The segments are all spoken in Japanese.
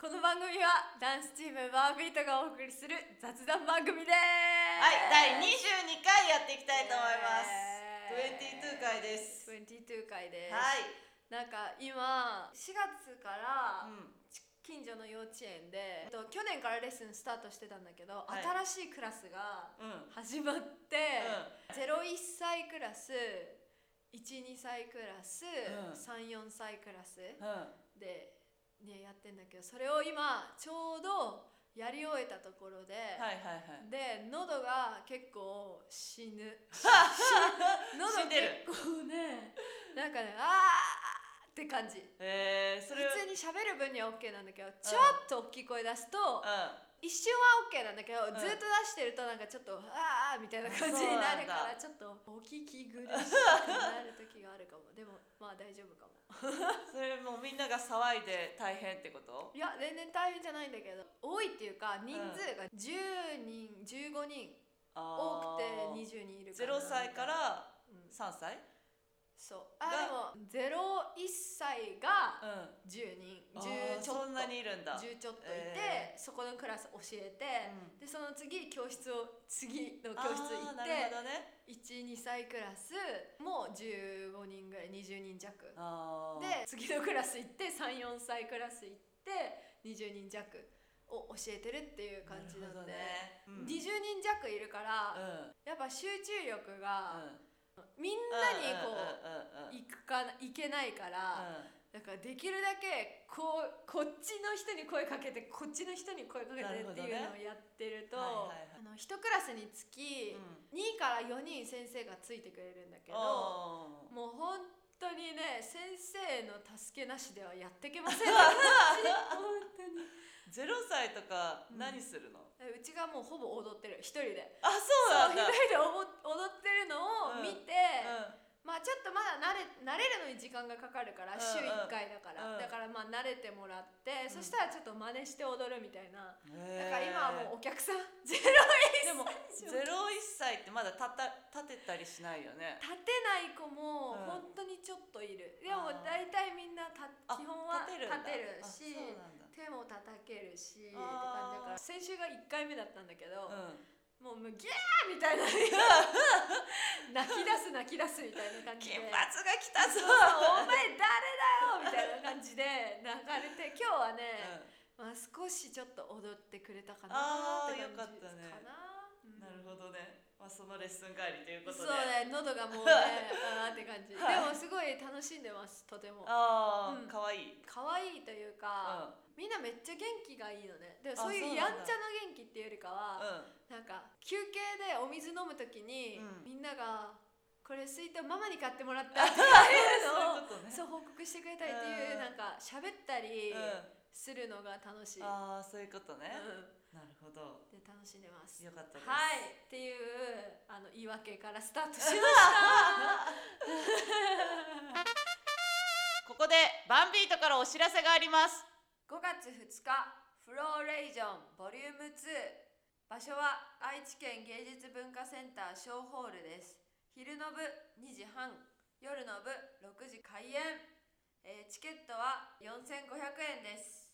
この番組はダンスチームバービートがお送りする雑談番組ですはい、第22回やっていきたいと思います。22回です。 22回です、はい。なんか今4月からうん。近所の幼稚園で、えっと去年からレッスンスタートしてたんだけど、はい新しいクラスがうん。うん。始まって、01歳クラス12歳クラス、うん34歳クラスうん。で、ね、やってんだけどそれを今ちょうどやり終えたところで、はいはいはい。で喉が結構死ぬ 死喉んでる結構ねなんかねあーって感じえー、そ普れを。通に喋る分には OK なんだけどちょっと大きい声出すと一瞬は OK なんだけど、んずっと出してるとなんかちょっとあーみたいな感じになるからちょっとお聞き苦しくなる時があるかもでもまあ大丈夫かもうん。それもうみんなが騒いで大変ってこといや全然大変じゃないんだけど多いっていうか人数が10人15人多くて20人いるから0歳からうん3歳そうあでも01歳がうん。 10人あ10ーちょっとそんなにいるんだ。 10ちょっといて、えそこのクラス教えうて、んでその次教室を次のあ教室行ーっなるてほどね。 12歳クラスも15人ぐらい20人弱あーで次のクラス行って34歳クラス行って20人弱を教えてるっていう感じなるほどので。ねうん20人弱いるから、やっぱ集中力が、みんなにこう、うんうんうんうんうん行くかないけないから、うんだからできるだけこうこっちの人に声かけてこっちの人に声かけてなるっほてどねいうのをやってると、はいはいはいあの1クラスにつき、うん2から4人先生がついてくれるんだけどあーもう本当にね先生の助けなしではやってけませ ん本当にゼロ歳とかうん何するの、うちがもうほぼ踊ってる一人であそうそうなん一だ人でおぼ踊ってるのを見て、まあちょっとまだ慣れ慣れるのに時間がかかるからうん週1回だかうら、んだからまあ慣れてもらって、うんそしたらちょっと真似して踊るみたいな、うんだから今はうもうお客さんゼロでもゼロ一歳ってまだ立た立てたりしないよね立てない子もうん本当にちょっといる、でもあー大体みんなたあ基本は立てんるだしあそうなんだ手も叩けるしって感じだあーから先週が1回目だったんだけど、うんもうもうギャーみた いな泣き出す泣き出すみたいな感じで金髪が来たぞそうお前誰だよみたいな感じで流れて今日はね、まあ、少しちょっと踊ってくれたかなあーって感じよかったねかな、うんなるどほどね、まあ、そのレッスン帰りということそでうね喉 がもうねあーって感じではいもすごい楽しんでますとてもああ、うんかわいい、うん、可愛いというか、みんなめっちゃ元気がいいのねでもそういうそうやなんんだちゃな元気っていうよりかは、なんか休憩でお水飲むときに、うんみんなが「これ水筒ママに買ってもら った」っていうそういのをうことねそう報告してくれたりっていう、うんなんか喋ったりうするのが楽しい、ん、うああそういうことね、んなるほどで楽しんでますよかったですはいっていうあの言い訳からスタートしましたここでバンビートからお知らせがあります5月2日フローレイジョンボリューム2場所は愛知県芸術文化センター小ホールです昼の部2時半夜の部6時開演、えーチケットは4500円です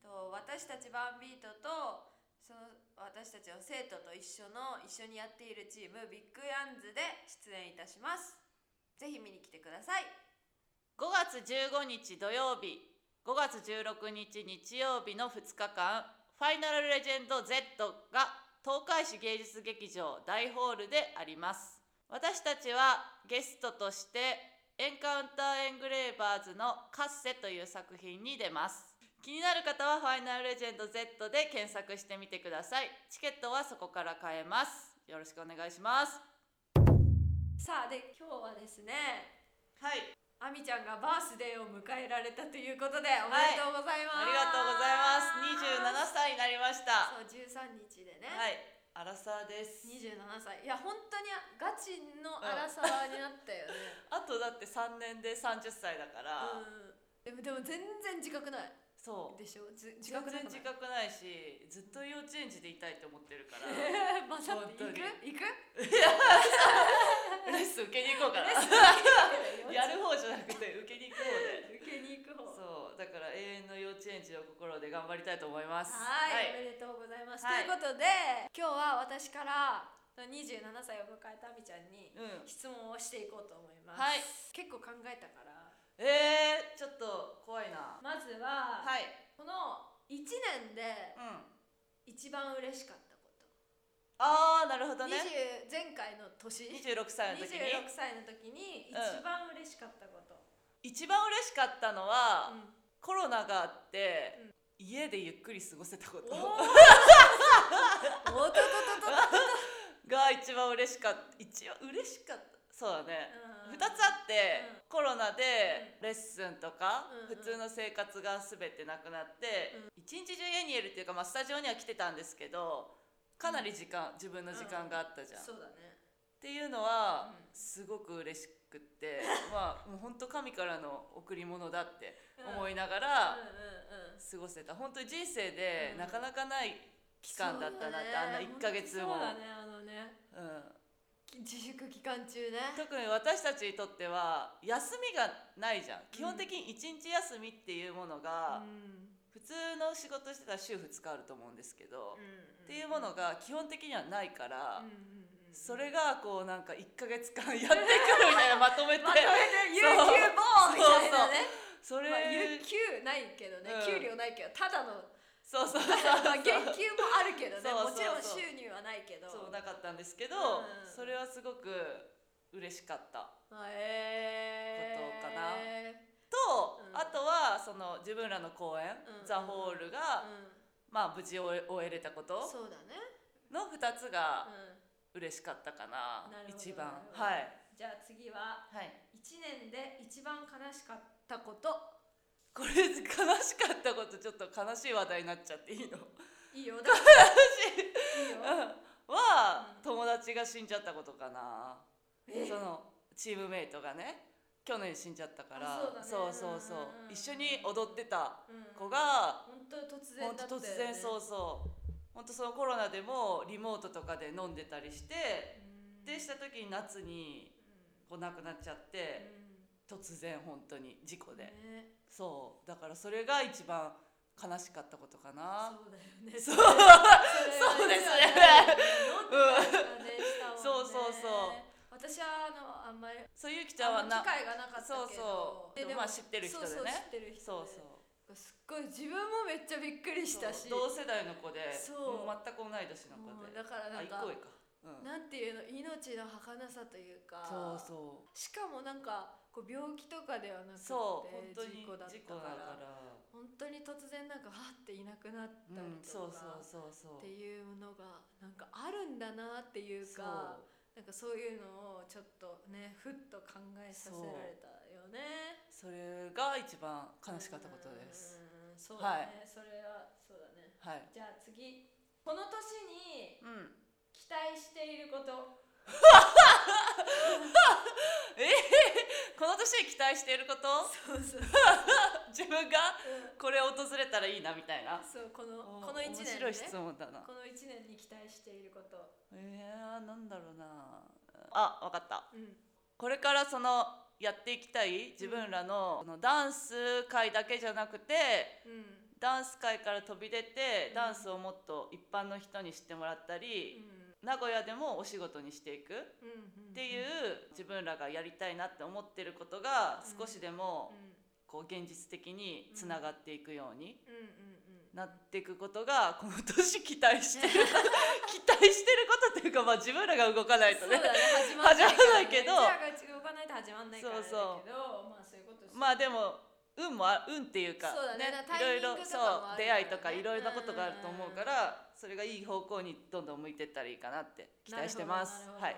と私たちバンビートとその私たちの生徒と一緒の 一緒にやっているチームビッグヤンズで出演いたしますぜひ見に来てください5月15日土曜日5月16日日曜日の2日間ファイナルレジェンド Z が東海市芸術劇場大ホールであります私たちはゲストとしてエンカウンターエングレーバーズのカッセという作品に出ます気になる方はファイナルレジェンド Z で検索してみてくださいチケットはそこから買えますよろしくお願いしますさあで今日はですねはいあみちゃんがバースデーを迎えられたということでおめでとうございあます、りがとうございます27歳になりましたそう13日でね、はい、アラサーです。 27歳いや本当にガチの荒さになったよ ね、あとだって三年で三十歳だから、うん、でもでも全然自覚ないそう。でしょず自全覚な然く自ない覚ないし、ずっと幼稚園児でいたいと思ってる から、 まさって本当行くに行くレッスン受けに行こうかな。レッスンやる方じゃなくて受けに行く方で。受けに行く方そう、だから永遠の幼稚園児の心で頑張りたいと思います。はい、おめでとうございます、はいということで今日は私から27歳を迎えたあみちゃんにはいうん。質問をしていこうと思います、はい結構考えたからえー、ちょっと怖いな。まずは、はい。この1年でうん。一番嬉しかったこと、あー、なるほどね。 20前回の年二十六歳の時に26歳の時に一うん番嬉しかったこと、一番嬉しかったのは、うんコロナがあって、うん家でゆっくり過ごせたこおとーおっとっとっとっとが一番嬉しかった。一番 嬉しかった。そうだね。うん2つあって、うんコロナでレッスンとか、うんうん普通の生活が全てなくなって、一日中家にいるっていうか、まあ、スタジオには来てたんですけどかなり時間、自分の時間があったじゃん。っそうだねていうのは、うんすごく嬉しくって まあもう本当神からの贈り物だって思いいながらうんうんうん過ごせた本当に人生でうんなかなかない期間だったなって、あんな1ヶ月もそう。だねあのねうん自粛期間中ね特に私たちにとっては休みがないじゃん基本的に一日休みっていうものが、普通の仕事してたら週2日あると思うんですけど、っていうものが基本的にはないから、それががこうなんか1ヶ月間やってくるみたいなまとめてまとめて有給そうボーンみたいなねそれ、まあ有給ないけどねうん給料ないけどただのそうそうそうまあ月給もあるけどねそうそうもそうちろん収入はないけどそうなかったんですけど、うんそれはすごく嬉しかった。へこーとかなと、うんあとはその自分らの公演、うんザ・ホールが、うまあ無事終え終えれたことんそうだねの2つがう嬉しかったかな,、んなるほど一番なるほどはい、じゃあ次ははい、一年で一番悲しかったことこれ悲しかったことちょっと悲しい話題になっちゃっていい のいいよだからいいよは、うん友達が死んじゃったことかなえそのチームメイトがね去年死んじゃったからあそうだねそうそうそううんうんうん一緒に踊ってたうん子が本当突然本だった当よ突ね然そうそう本当そのコロナでもリモートとかで飲んでたりしてうんでした時に夏にこう亡くなっちゃってう突然本当に事故んで、ねそうだからそれが一番悲しかったことかなそうだよねそうれはそうですね飲んでたりとかねしたもんねそうそうそう私はあのあんまりそうゆきちゃんはあんまな機会がなかったけそどうそうでででももまあ知ってる人でねそうそう知ってる人そうでそうすっごい自分もめっちゃびっくりしたしそう同世代の子でそうもう全く同い年の子もうでだからあなん一か個上か、うん、なんていうの命の儚さというかそうそうしかもなんかこう病気とかではなくてそう本当に事故だった事故だかからら本当に突然なんかはっていなくなったりとか、うん、そうそうそうそうっていうのがなんかあるんだなっていうそうかなんかそういうのをちょっとねふっと考えさせられたよねそれが一番悲しかったことです。うんそうだね、それはそうだねはい。じゃあ次この年にうん。期待していることこの年に期待していることそうそう、自分がこれ訪れたらいいなみたいな。そうこおのこの1年、ね、面白い質問だな。この1年に期待していることえー、なんだろうな。あ、わかった。うんこれからそのやっていきたい自分らの,、のダンス界だけじゃなくてうんダンス界から飛び出てうんダンスをもっと一般の人に知ってもらったうり、ん名古屋でもお仕事にしていくうんうんっていう自分らがやりたいなって思ってることがうん少しでもうんこう現実的につながっていくようにうんうんうんなっていくことがこの年期待してる 期待してることっていうかまあ自分らが動かないとそうねだね始ま始まらないけどらねうちらが動かないと始まんないからだけどそうまあそういうことしてまあでも運もあ運っていうかそうだねタイいろミンいグとろそかもあるからねう出会いとかいろいろなことがあると思うからそれがいい方向にどんどん向いてったらいいかなって期待してますなるほどはい、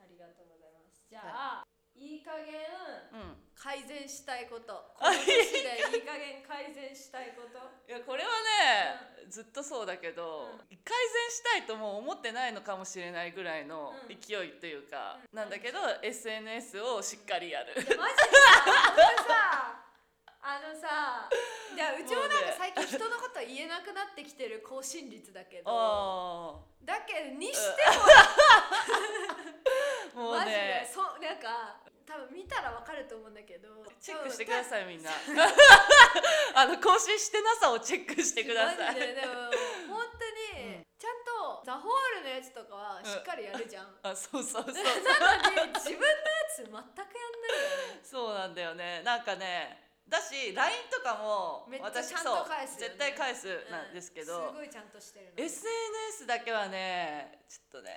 ありがとうございますじゃあ、い、い加減うん改善したい ことこの年でいい加減改善したいこといやこれはね、ずっとそうだけど、うん改善したいとも思ってないのかもしれないぐらいのうん勢いというか、うんなんだけど SNS をしっかりやる、いやマジでさこれさあのさじゃあうちももうねなんか最近人のこと言えなくなってきてる更新率だけどあだけどにしてあももうマジでねそうなんか多分見たらわかると思うんだけどチェックしてくだいさいみんな あの更新してなさをチェックしてくださマジいででも本当に、うんちゃんとザホールのやつとかはしっかりやるじゃん、あそうそうそう なのに自分のやつ全くやんないよねそうなんだよねなんかねだし LINE とかもめっちゃ私ちゃんとそう返すよね絶対返すうんなんですけど、すごいちゃんとしてるの SNS だけはねちょっとね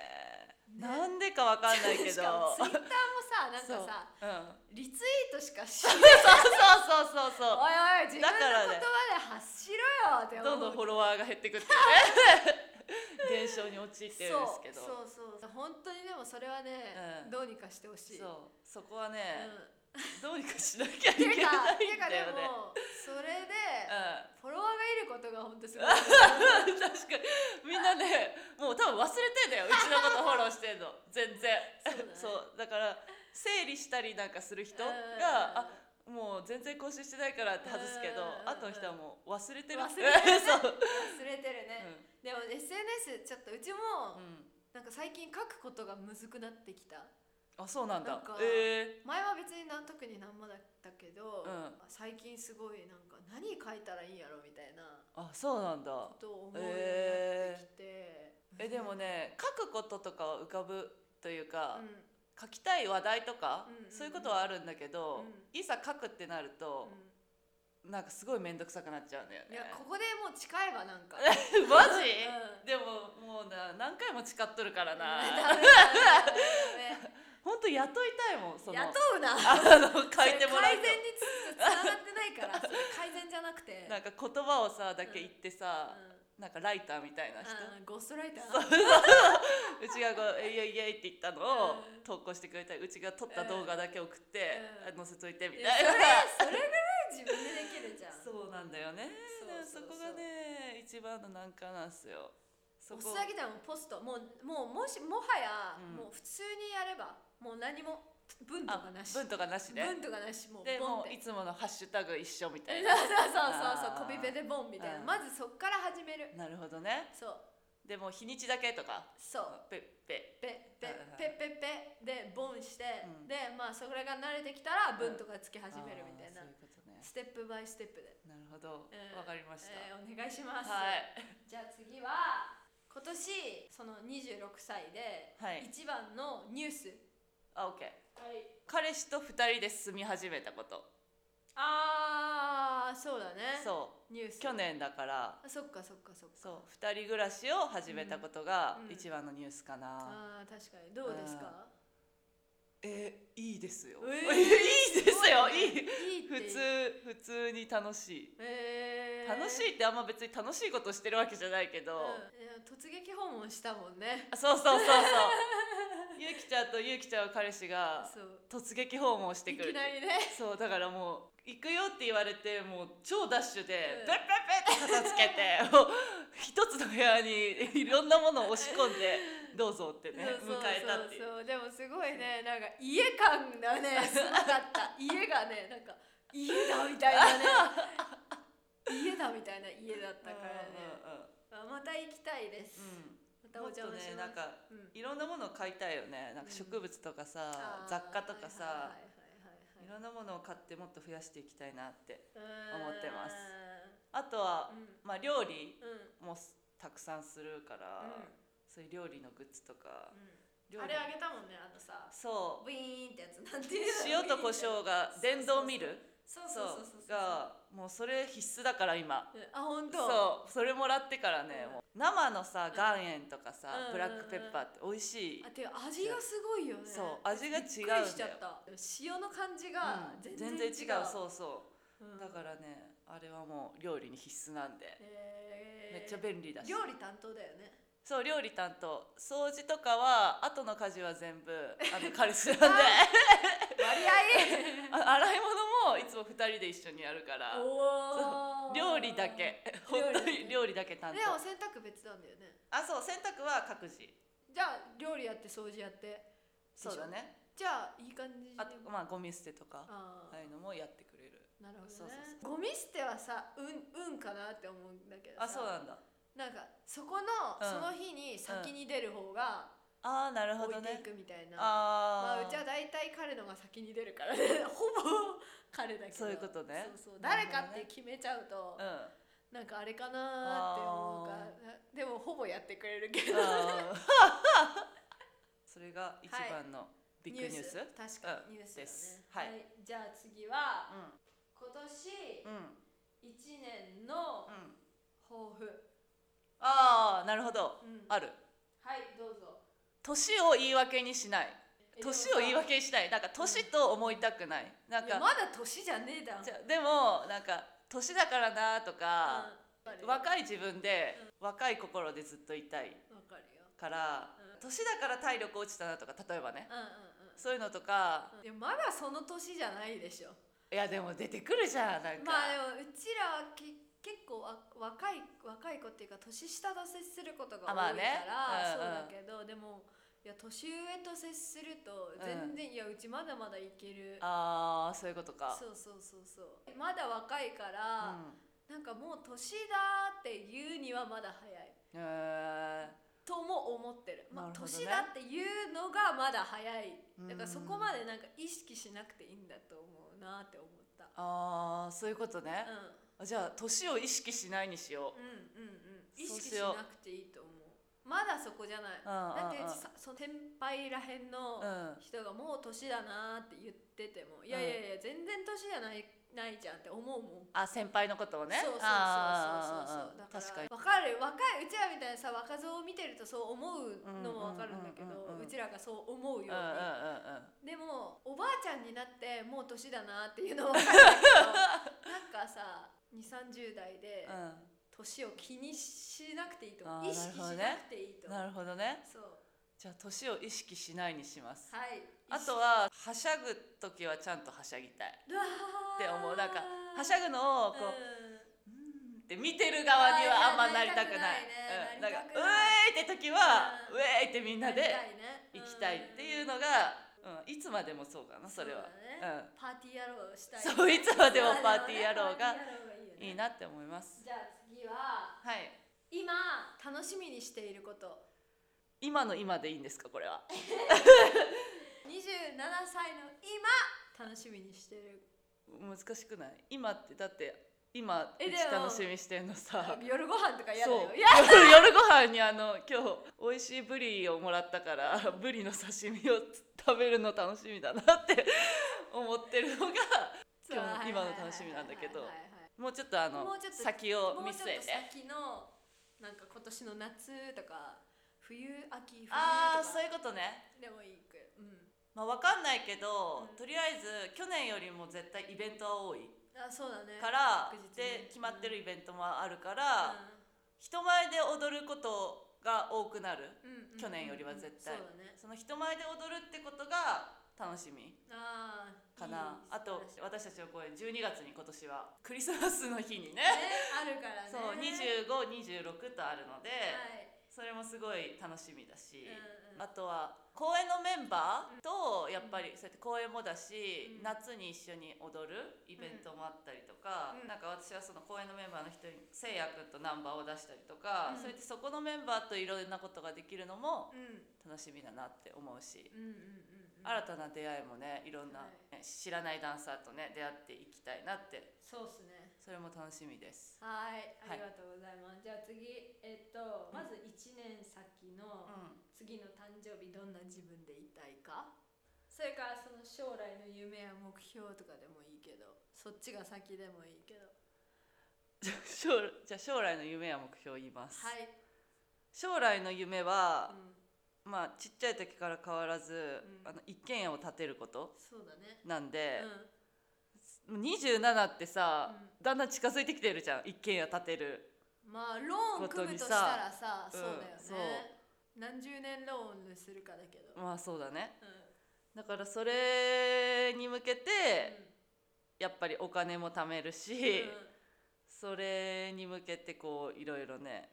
ねなんでかわかんないけしどかもツイッターもさなんかさそう、うん、リツイートしかしないそうそうそうそうおいおい自分のだから言葉ねで発しろよってどんどん思うフォロワーが減ってくっていうね現象に陥ってるんですけどそうそうそう本当にでもそれはね、うんどうにかしてほしいそうう、そこはね、ん、どうにかしなきゃいてけかないんてかだでよねもそれで、フォロワーがいることが本 当すごいうん確かにみんなねもう多分忘れてん だようちのことフォローしてんの全然そうだねそうだから整理したりなんかする人が、あもう全然更新してないからって外すけど、うんあとの人はもう忘れてる忘れて るそう、忘れてるね、でも SNS ちょっとうちうんも、うんなんか最近書くことがむずくなってきたあそうなんだなんかえ前は別になん特に何もだったけど、うん最近すごいなんか何書いたらいいんやろみたいなー、あそうなんだことを思うようになってきて、えでもね書くこととかは浮かぶというか、うん書きたい話題とか、うんうんうんそういうことはあるんだけど、ういざ書くってなると、うなんかすごい面倒くさくなっちゃうんだよん、いねやここでもう誓えばなん かマジ、うんでももうな何回も誓っとるからなダメだダメだ本当雇いたいもんそダメのだ雇うなあの書いてもらうそれ改善につつながってないからそれ改善じゃなくてとなんか言葉をさだけ言ってうんさ、なんかライターみたいな人、うんゴーストライターうちがこう「えいえいえい」って言ったのをうん投稿してくれたりうちが撮った動画だけ送ってうんあ載せといてみいたいやなそれそれぐらい自分でできるじゃん そうなんだよねそうでもそそうそうこがね一番の難関なんすよそおっこさんぎだもんポストもうもうもしもはや、うんもう普通にやればもう何も文とあかなし文とかなしね文とかなしもうでボンっもういてつものハッシュタグ一緒みそたういなそうそうそうあーコピペでボンみたいな、うんまずそっから始めるなるほどねそうでもう日にちだけとかそうペッペペペうんペペペでボンして、うんでまあそれが慣れてきたら文とかつけ始めるみたいな、あーそういうことねステップバイステップで、なるほどわうんかりましたえーお願いします、はいじゃあ次は今年その26歳ではい一番のニュース、あ OK はい、彼氏と二人で住み始めたことあーそうだねそニュースう去年だからあそっかそっかそっかそう二人暮らしを始めたことがうんうん一番のニュースかな、あー確かにどうですかえーいいですよ、えー いいですよごいねいいいって普通普通に楽しい、えー、楽しいってあんま別に楽しいことしてるわけじゃないけど、うんいや突撃訪問したもんねあそうそう そうそうゆうきちゃんとゆうきちゃんの彼氏がそう突撃訪問していくるきなりねそうだからもう行くよって言われてもう超ダッシュうでペッんペッペッって片付けて もう一つの部屋にいろんなものを押し込ん でどうぞってねそうそうそう迎えたっていうそうでもすごいねなんか家感が ねすごかった家がねなんか家だみた いなね家だみたいな家だったからねあまた行きたいです、またうんうんうん、うん、もっおと邪魔しねなますんかうんいろんなものを買いたいよねなんか植物とかさ、あー雑貨とかさ、はいいはいはいはいはいろんなものを買ってもっと増やしていきたいなって思思ってますうあとは、んまあ、料理うんもすたくさんするから、そういう料理のグッズとかうん料うん理あれあげたもんねあのさそブイーンってやつなんうていう塩のと胡ウィー椒ンってがそう電動ミルそうそうそうそうそうがもうそれ必須だから今うんあ本当そうそれもらってからね、うもんう生のさ岩塩とかさ、うんブラックペッパーって美味しい、あてか味がすごいよねそう味が違うんだよびっくりしちゃった塩の感じがうん全全然違う,、、然違うそうそううだからねあれはもう料理に必須なんで、めっえーちゃ便利だし料理担当だよねそう料理担当掃除とかは後の家事は全部あ の彼氏なんで割あ洗い物もいつも2人で一緒にやるから 合おお料理だけ本料理だ当けに料理だけ担で当も洗濯別なんだよねあそう洗濯は各自じゃあ料理やって掃除やってそうだねじゃあいい感じであとまあゴミ捨てとかあああいうのもやってくれるなるほどねそうそうゴミ捨てはさ運運かなって思うんだけどさあそうなんだなんかそこの、うんその日に先に出る方がああなるほ置どいていねくみたいな、まあああうちは大体彼のが先に出るからね ほぼ彼だけどそういうことねそうそうなる誰ほどねかって決めちゃうと、うんあなんかあれかなーって思うからなでもほぼやってくれるけどーそれが一番のビッグニュース、確かにニュースだでね、すはいじゃあ次はう今んうん年一年のうん抱負、ああなるほどうんあるはいどうぞ年を言い訳にしないえ年を言い訳にしないなんか年と思いたくないなでんもさいかやまだ年じゃねえだんじゃでもなんか年だからなとか、うんわか若い自分で、若い心でずっといたいるわかるよから、うん年だから体力落ちたなとか例えばね、うんうんそういうのとか、うんいやまだその年じゃないでしょいやでも出てくるじゃんなんか、まあでもうちらはけ結構わ若い若い子っていうか年下と接することが多あまあいねかうんうんら、そうだけどでもいや年上と接すると全然、いやうちまだまだいけるあーそういうことかそうそうそうそうまだ若いかうら、んなんかもう年だって言うにはまだ早いへーとも思ってるまなあるほどね年だっていうのがまだ早いだかうんらそこまでなんか意識しなくていいんだと思うなって思ったあーそういうことねう、じゃあ年を意識しないにしよんうんうんうん意そう識ししようなくていいと思うまだそこじゃない、う、うんうんだってうちさその先輩らへんのうんうん人がもう年だなって言ってても、いやいやいや全然年じゃないないじゃんって思うもんあ先輩のことをねそうそうそうあーそうそうそうだから確かにわかる若いうちらみたいなさ若造を見てるとそう思うのもわかるんだけうんうんうんうんうんどうちらがそう思うよううんうんに、うんうんでもおばあちゃんになってもう年だなっていうのは分かるんだけど なんかさ2 3 0代でう年を気にしなくていいとあー思う意識しなるほどねなくていいとん、思う、なるほどねそうじゃあ年を意識しないにします、はいあとははしゃぐ時はちゃんとはしゃぎたいって思うなんかはしゃぐのをこう、うんって見てる側にはあんまなりたくないあーうん、いやなりたくないねなんかなりたくうなえーいって時は、ううえーいってみんなで行きたいっていうのがが、うん、いつまでもそうかなそれはうだねパーティー野郎をしたいそういつまでもパーティー野郎がパーティー野郎がうん、いいいいよねなって思いますじゃあ次ははい今楽しみにしていること今の今でいいんですかこれは27歳の今楽しみにしてる難しくない今ってだって今えうでちも楽しみにしてんのさ夜ご飯とか嫌だそうよいや夜 夜ご飯にあの今日美味しいブリをもらったから ブリの刺身を食べるの楽しみだなって 思ってるのが今日の今の楽しみなんだけどはいはいもうちょっとあのもうちょっと先はいはいをも見うちょ据えっとて先のなんか今年の夏とか冬秋冬とかああそういうことね、でもいいくうんまあ、わかんないけど、うんとりあえず去年よりも絶対イベントは多いあそうだねから、確実にで決まってるイベントもあるかうんら、人前で踊ることが多くなるうんうんうん去年よりは絶対そうだねその人前で踊るってことが楽しみああかなあと私たちの公演12月に今年はクリスマスの日にねねあるからねそう2526とあるので、はいそれもすごい楽しみだし、うんうんあとは公演のメンバーとやっぱりそうやって公演もだし、うん夏に一緒に踊るイベントもあったりとか、うんなんか私はその公演のメンバーの人にせいやくんとナンバーを出したりとか、うんそうやってそこのメンバーといろんなことができるのもうん楽しみだなって思うし、うんうんうんうん新たな出会いもねいろんな、はね知らないダンサーとね出会っていきたいなってそうっすねそれも楽しみです。はい、あはいりがとうございます。じゃあ次、えっと、まず一年先うんの次の誕生日どんな自分でいたいか。それからその将来の夢や目標とかでもいいけど、そっちが先でもいいけど。 じゃあ将来じゃあ将来の夢や目標を言います、はい、将来の夢はう、ん、まあちっちゃい時から変わらず、うんあの一軒家を建てることそうだね。なんうんで、、もう27ってさ、うだんだん近づいてきてるじゃん一軒家建てるまあローン組むとしたらさ、ことそうにださようんねそう。何十年ローンするかだけど。まあそうだねうん、だからそれに向けて、うやっぱりお金も貯めるし、ん、うんそれに向けてこういろいろね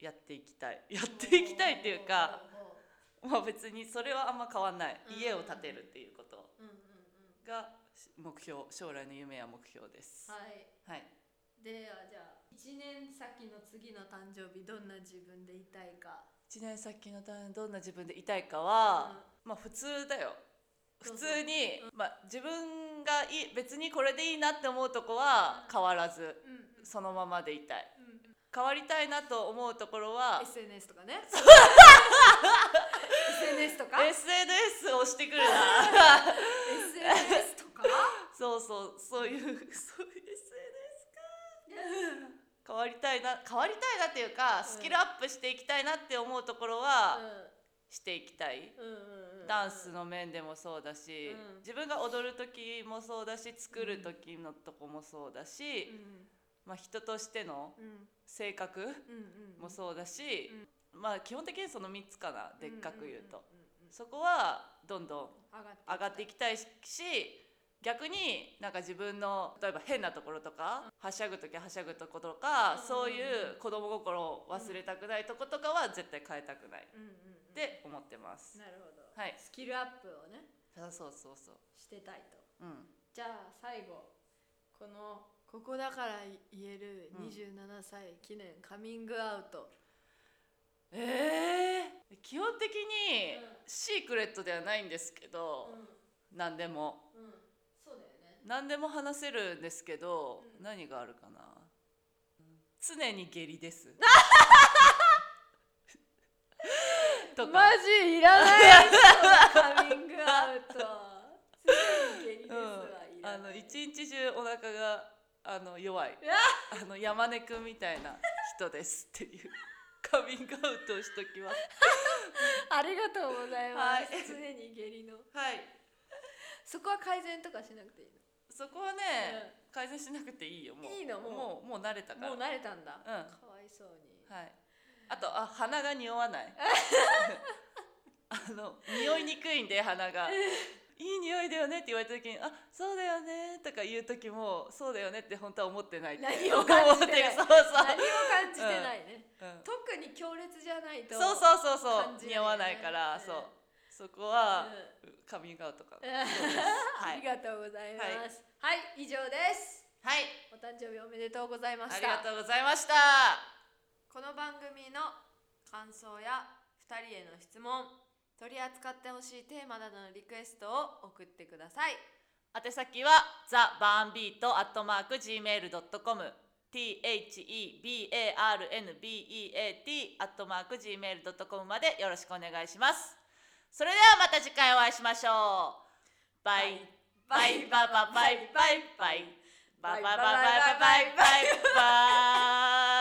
うんやっていきたいやっていきたいっていうか、ほうほうほまあ別にそれはあんま変わんない、うん家を建てるっていうことううんうんうん。が目標将来の夢や目標です、はいいはい、ではじゃあ1年先の次の誕生日どんな自分でいたいか1年先のたどんな自分でいたいかは、まあ普通だよそ普うそう通に、まあ、自分がいい別にこれでいいなって思うとこは変わらずうんうんそのままでいたいうん変わりたいなと思うところは SNS と かね SNS とか SNS をしてくるな SNS とかそうそうそういうそういう SNS か変わりたいな変わりたいなっていうか、スキルアップしていきたいなって思うところは、していきたい、うんうんうんダンスの面でもそうだし、うん自分が踊る時もそうだし作る時のとこもそうだし、まあ、人としてのうんうん性格うんうんもそうだし、まあ基本的にその3つかなでっかく言うと、んんうんそこはどんどん上上がっていききたいし逆になんか自分の例えば変なところとか、はしゃぐ時はしゃぐとことか、うんそういう子供心を忘れたくないとことかは絶対変えたくないうんうんうんって思ってます、なるほど、はいスキルアップをねあそうそうそうしてたいとうんじゃあ最後このここだから言えるうん27歳記念カミングアウト、えー、基本的にうんシークレットではないんですけど、何でもうんうんそうだよね何でも話せるんですけど、うん何があるかな常に下痢です とかマジいらないカミングアウト常にゲリですはいあらなのい、一日中お腹があの弱いあの山根くんみたいな人ですって いうカミングアウトをしときますありがとうございます、はい常に下痢のはいそこは改善とかしなくていいそこはね、改善しなくていいよもういいのもうもうもう慣れたからのもう慣れたんだ、うんかわいそうに、はいあとあ鼻が匂わない あの匂いにくいんで鼻がいい匂いだよねって言われた時に「あそうだよね」とか言う時も「そうだよね」って本当は思ってないって何も感じてない思って るそう何も感じてないね、そう、うん特に強烈じゃないとそうそうそうそう感じない似合わないから、うんそうそこうは、んカミングアウトかあはりい、がとうございます。はい、以上です。はい、お誕生日おめでとうございまあしりがた。とうございましたこの番組の感想や2人への質問取り扱ってほしいテーマなどのリクエストを送ってください宛先はザ・バーンビートアットマーク Gmail.com thebarnbeat アットマーク Gmail.com までよろしくお願いしますそれではまた次回お会いしましょうバイバイバイバイバイバイバイバイバイバイバイバイバイバイ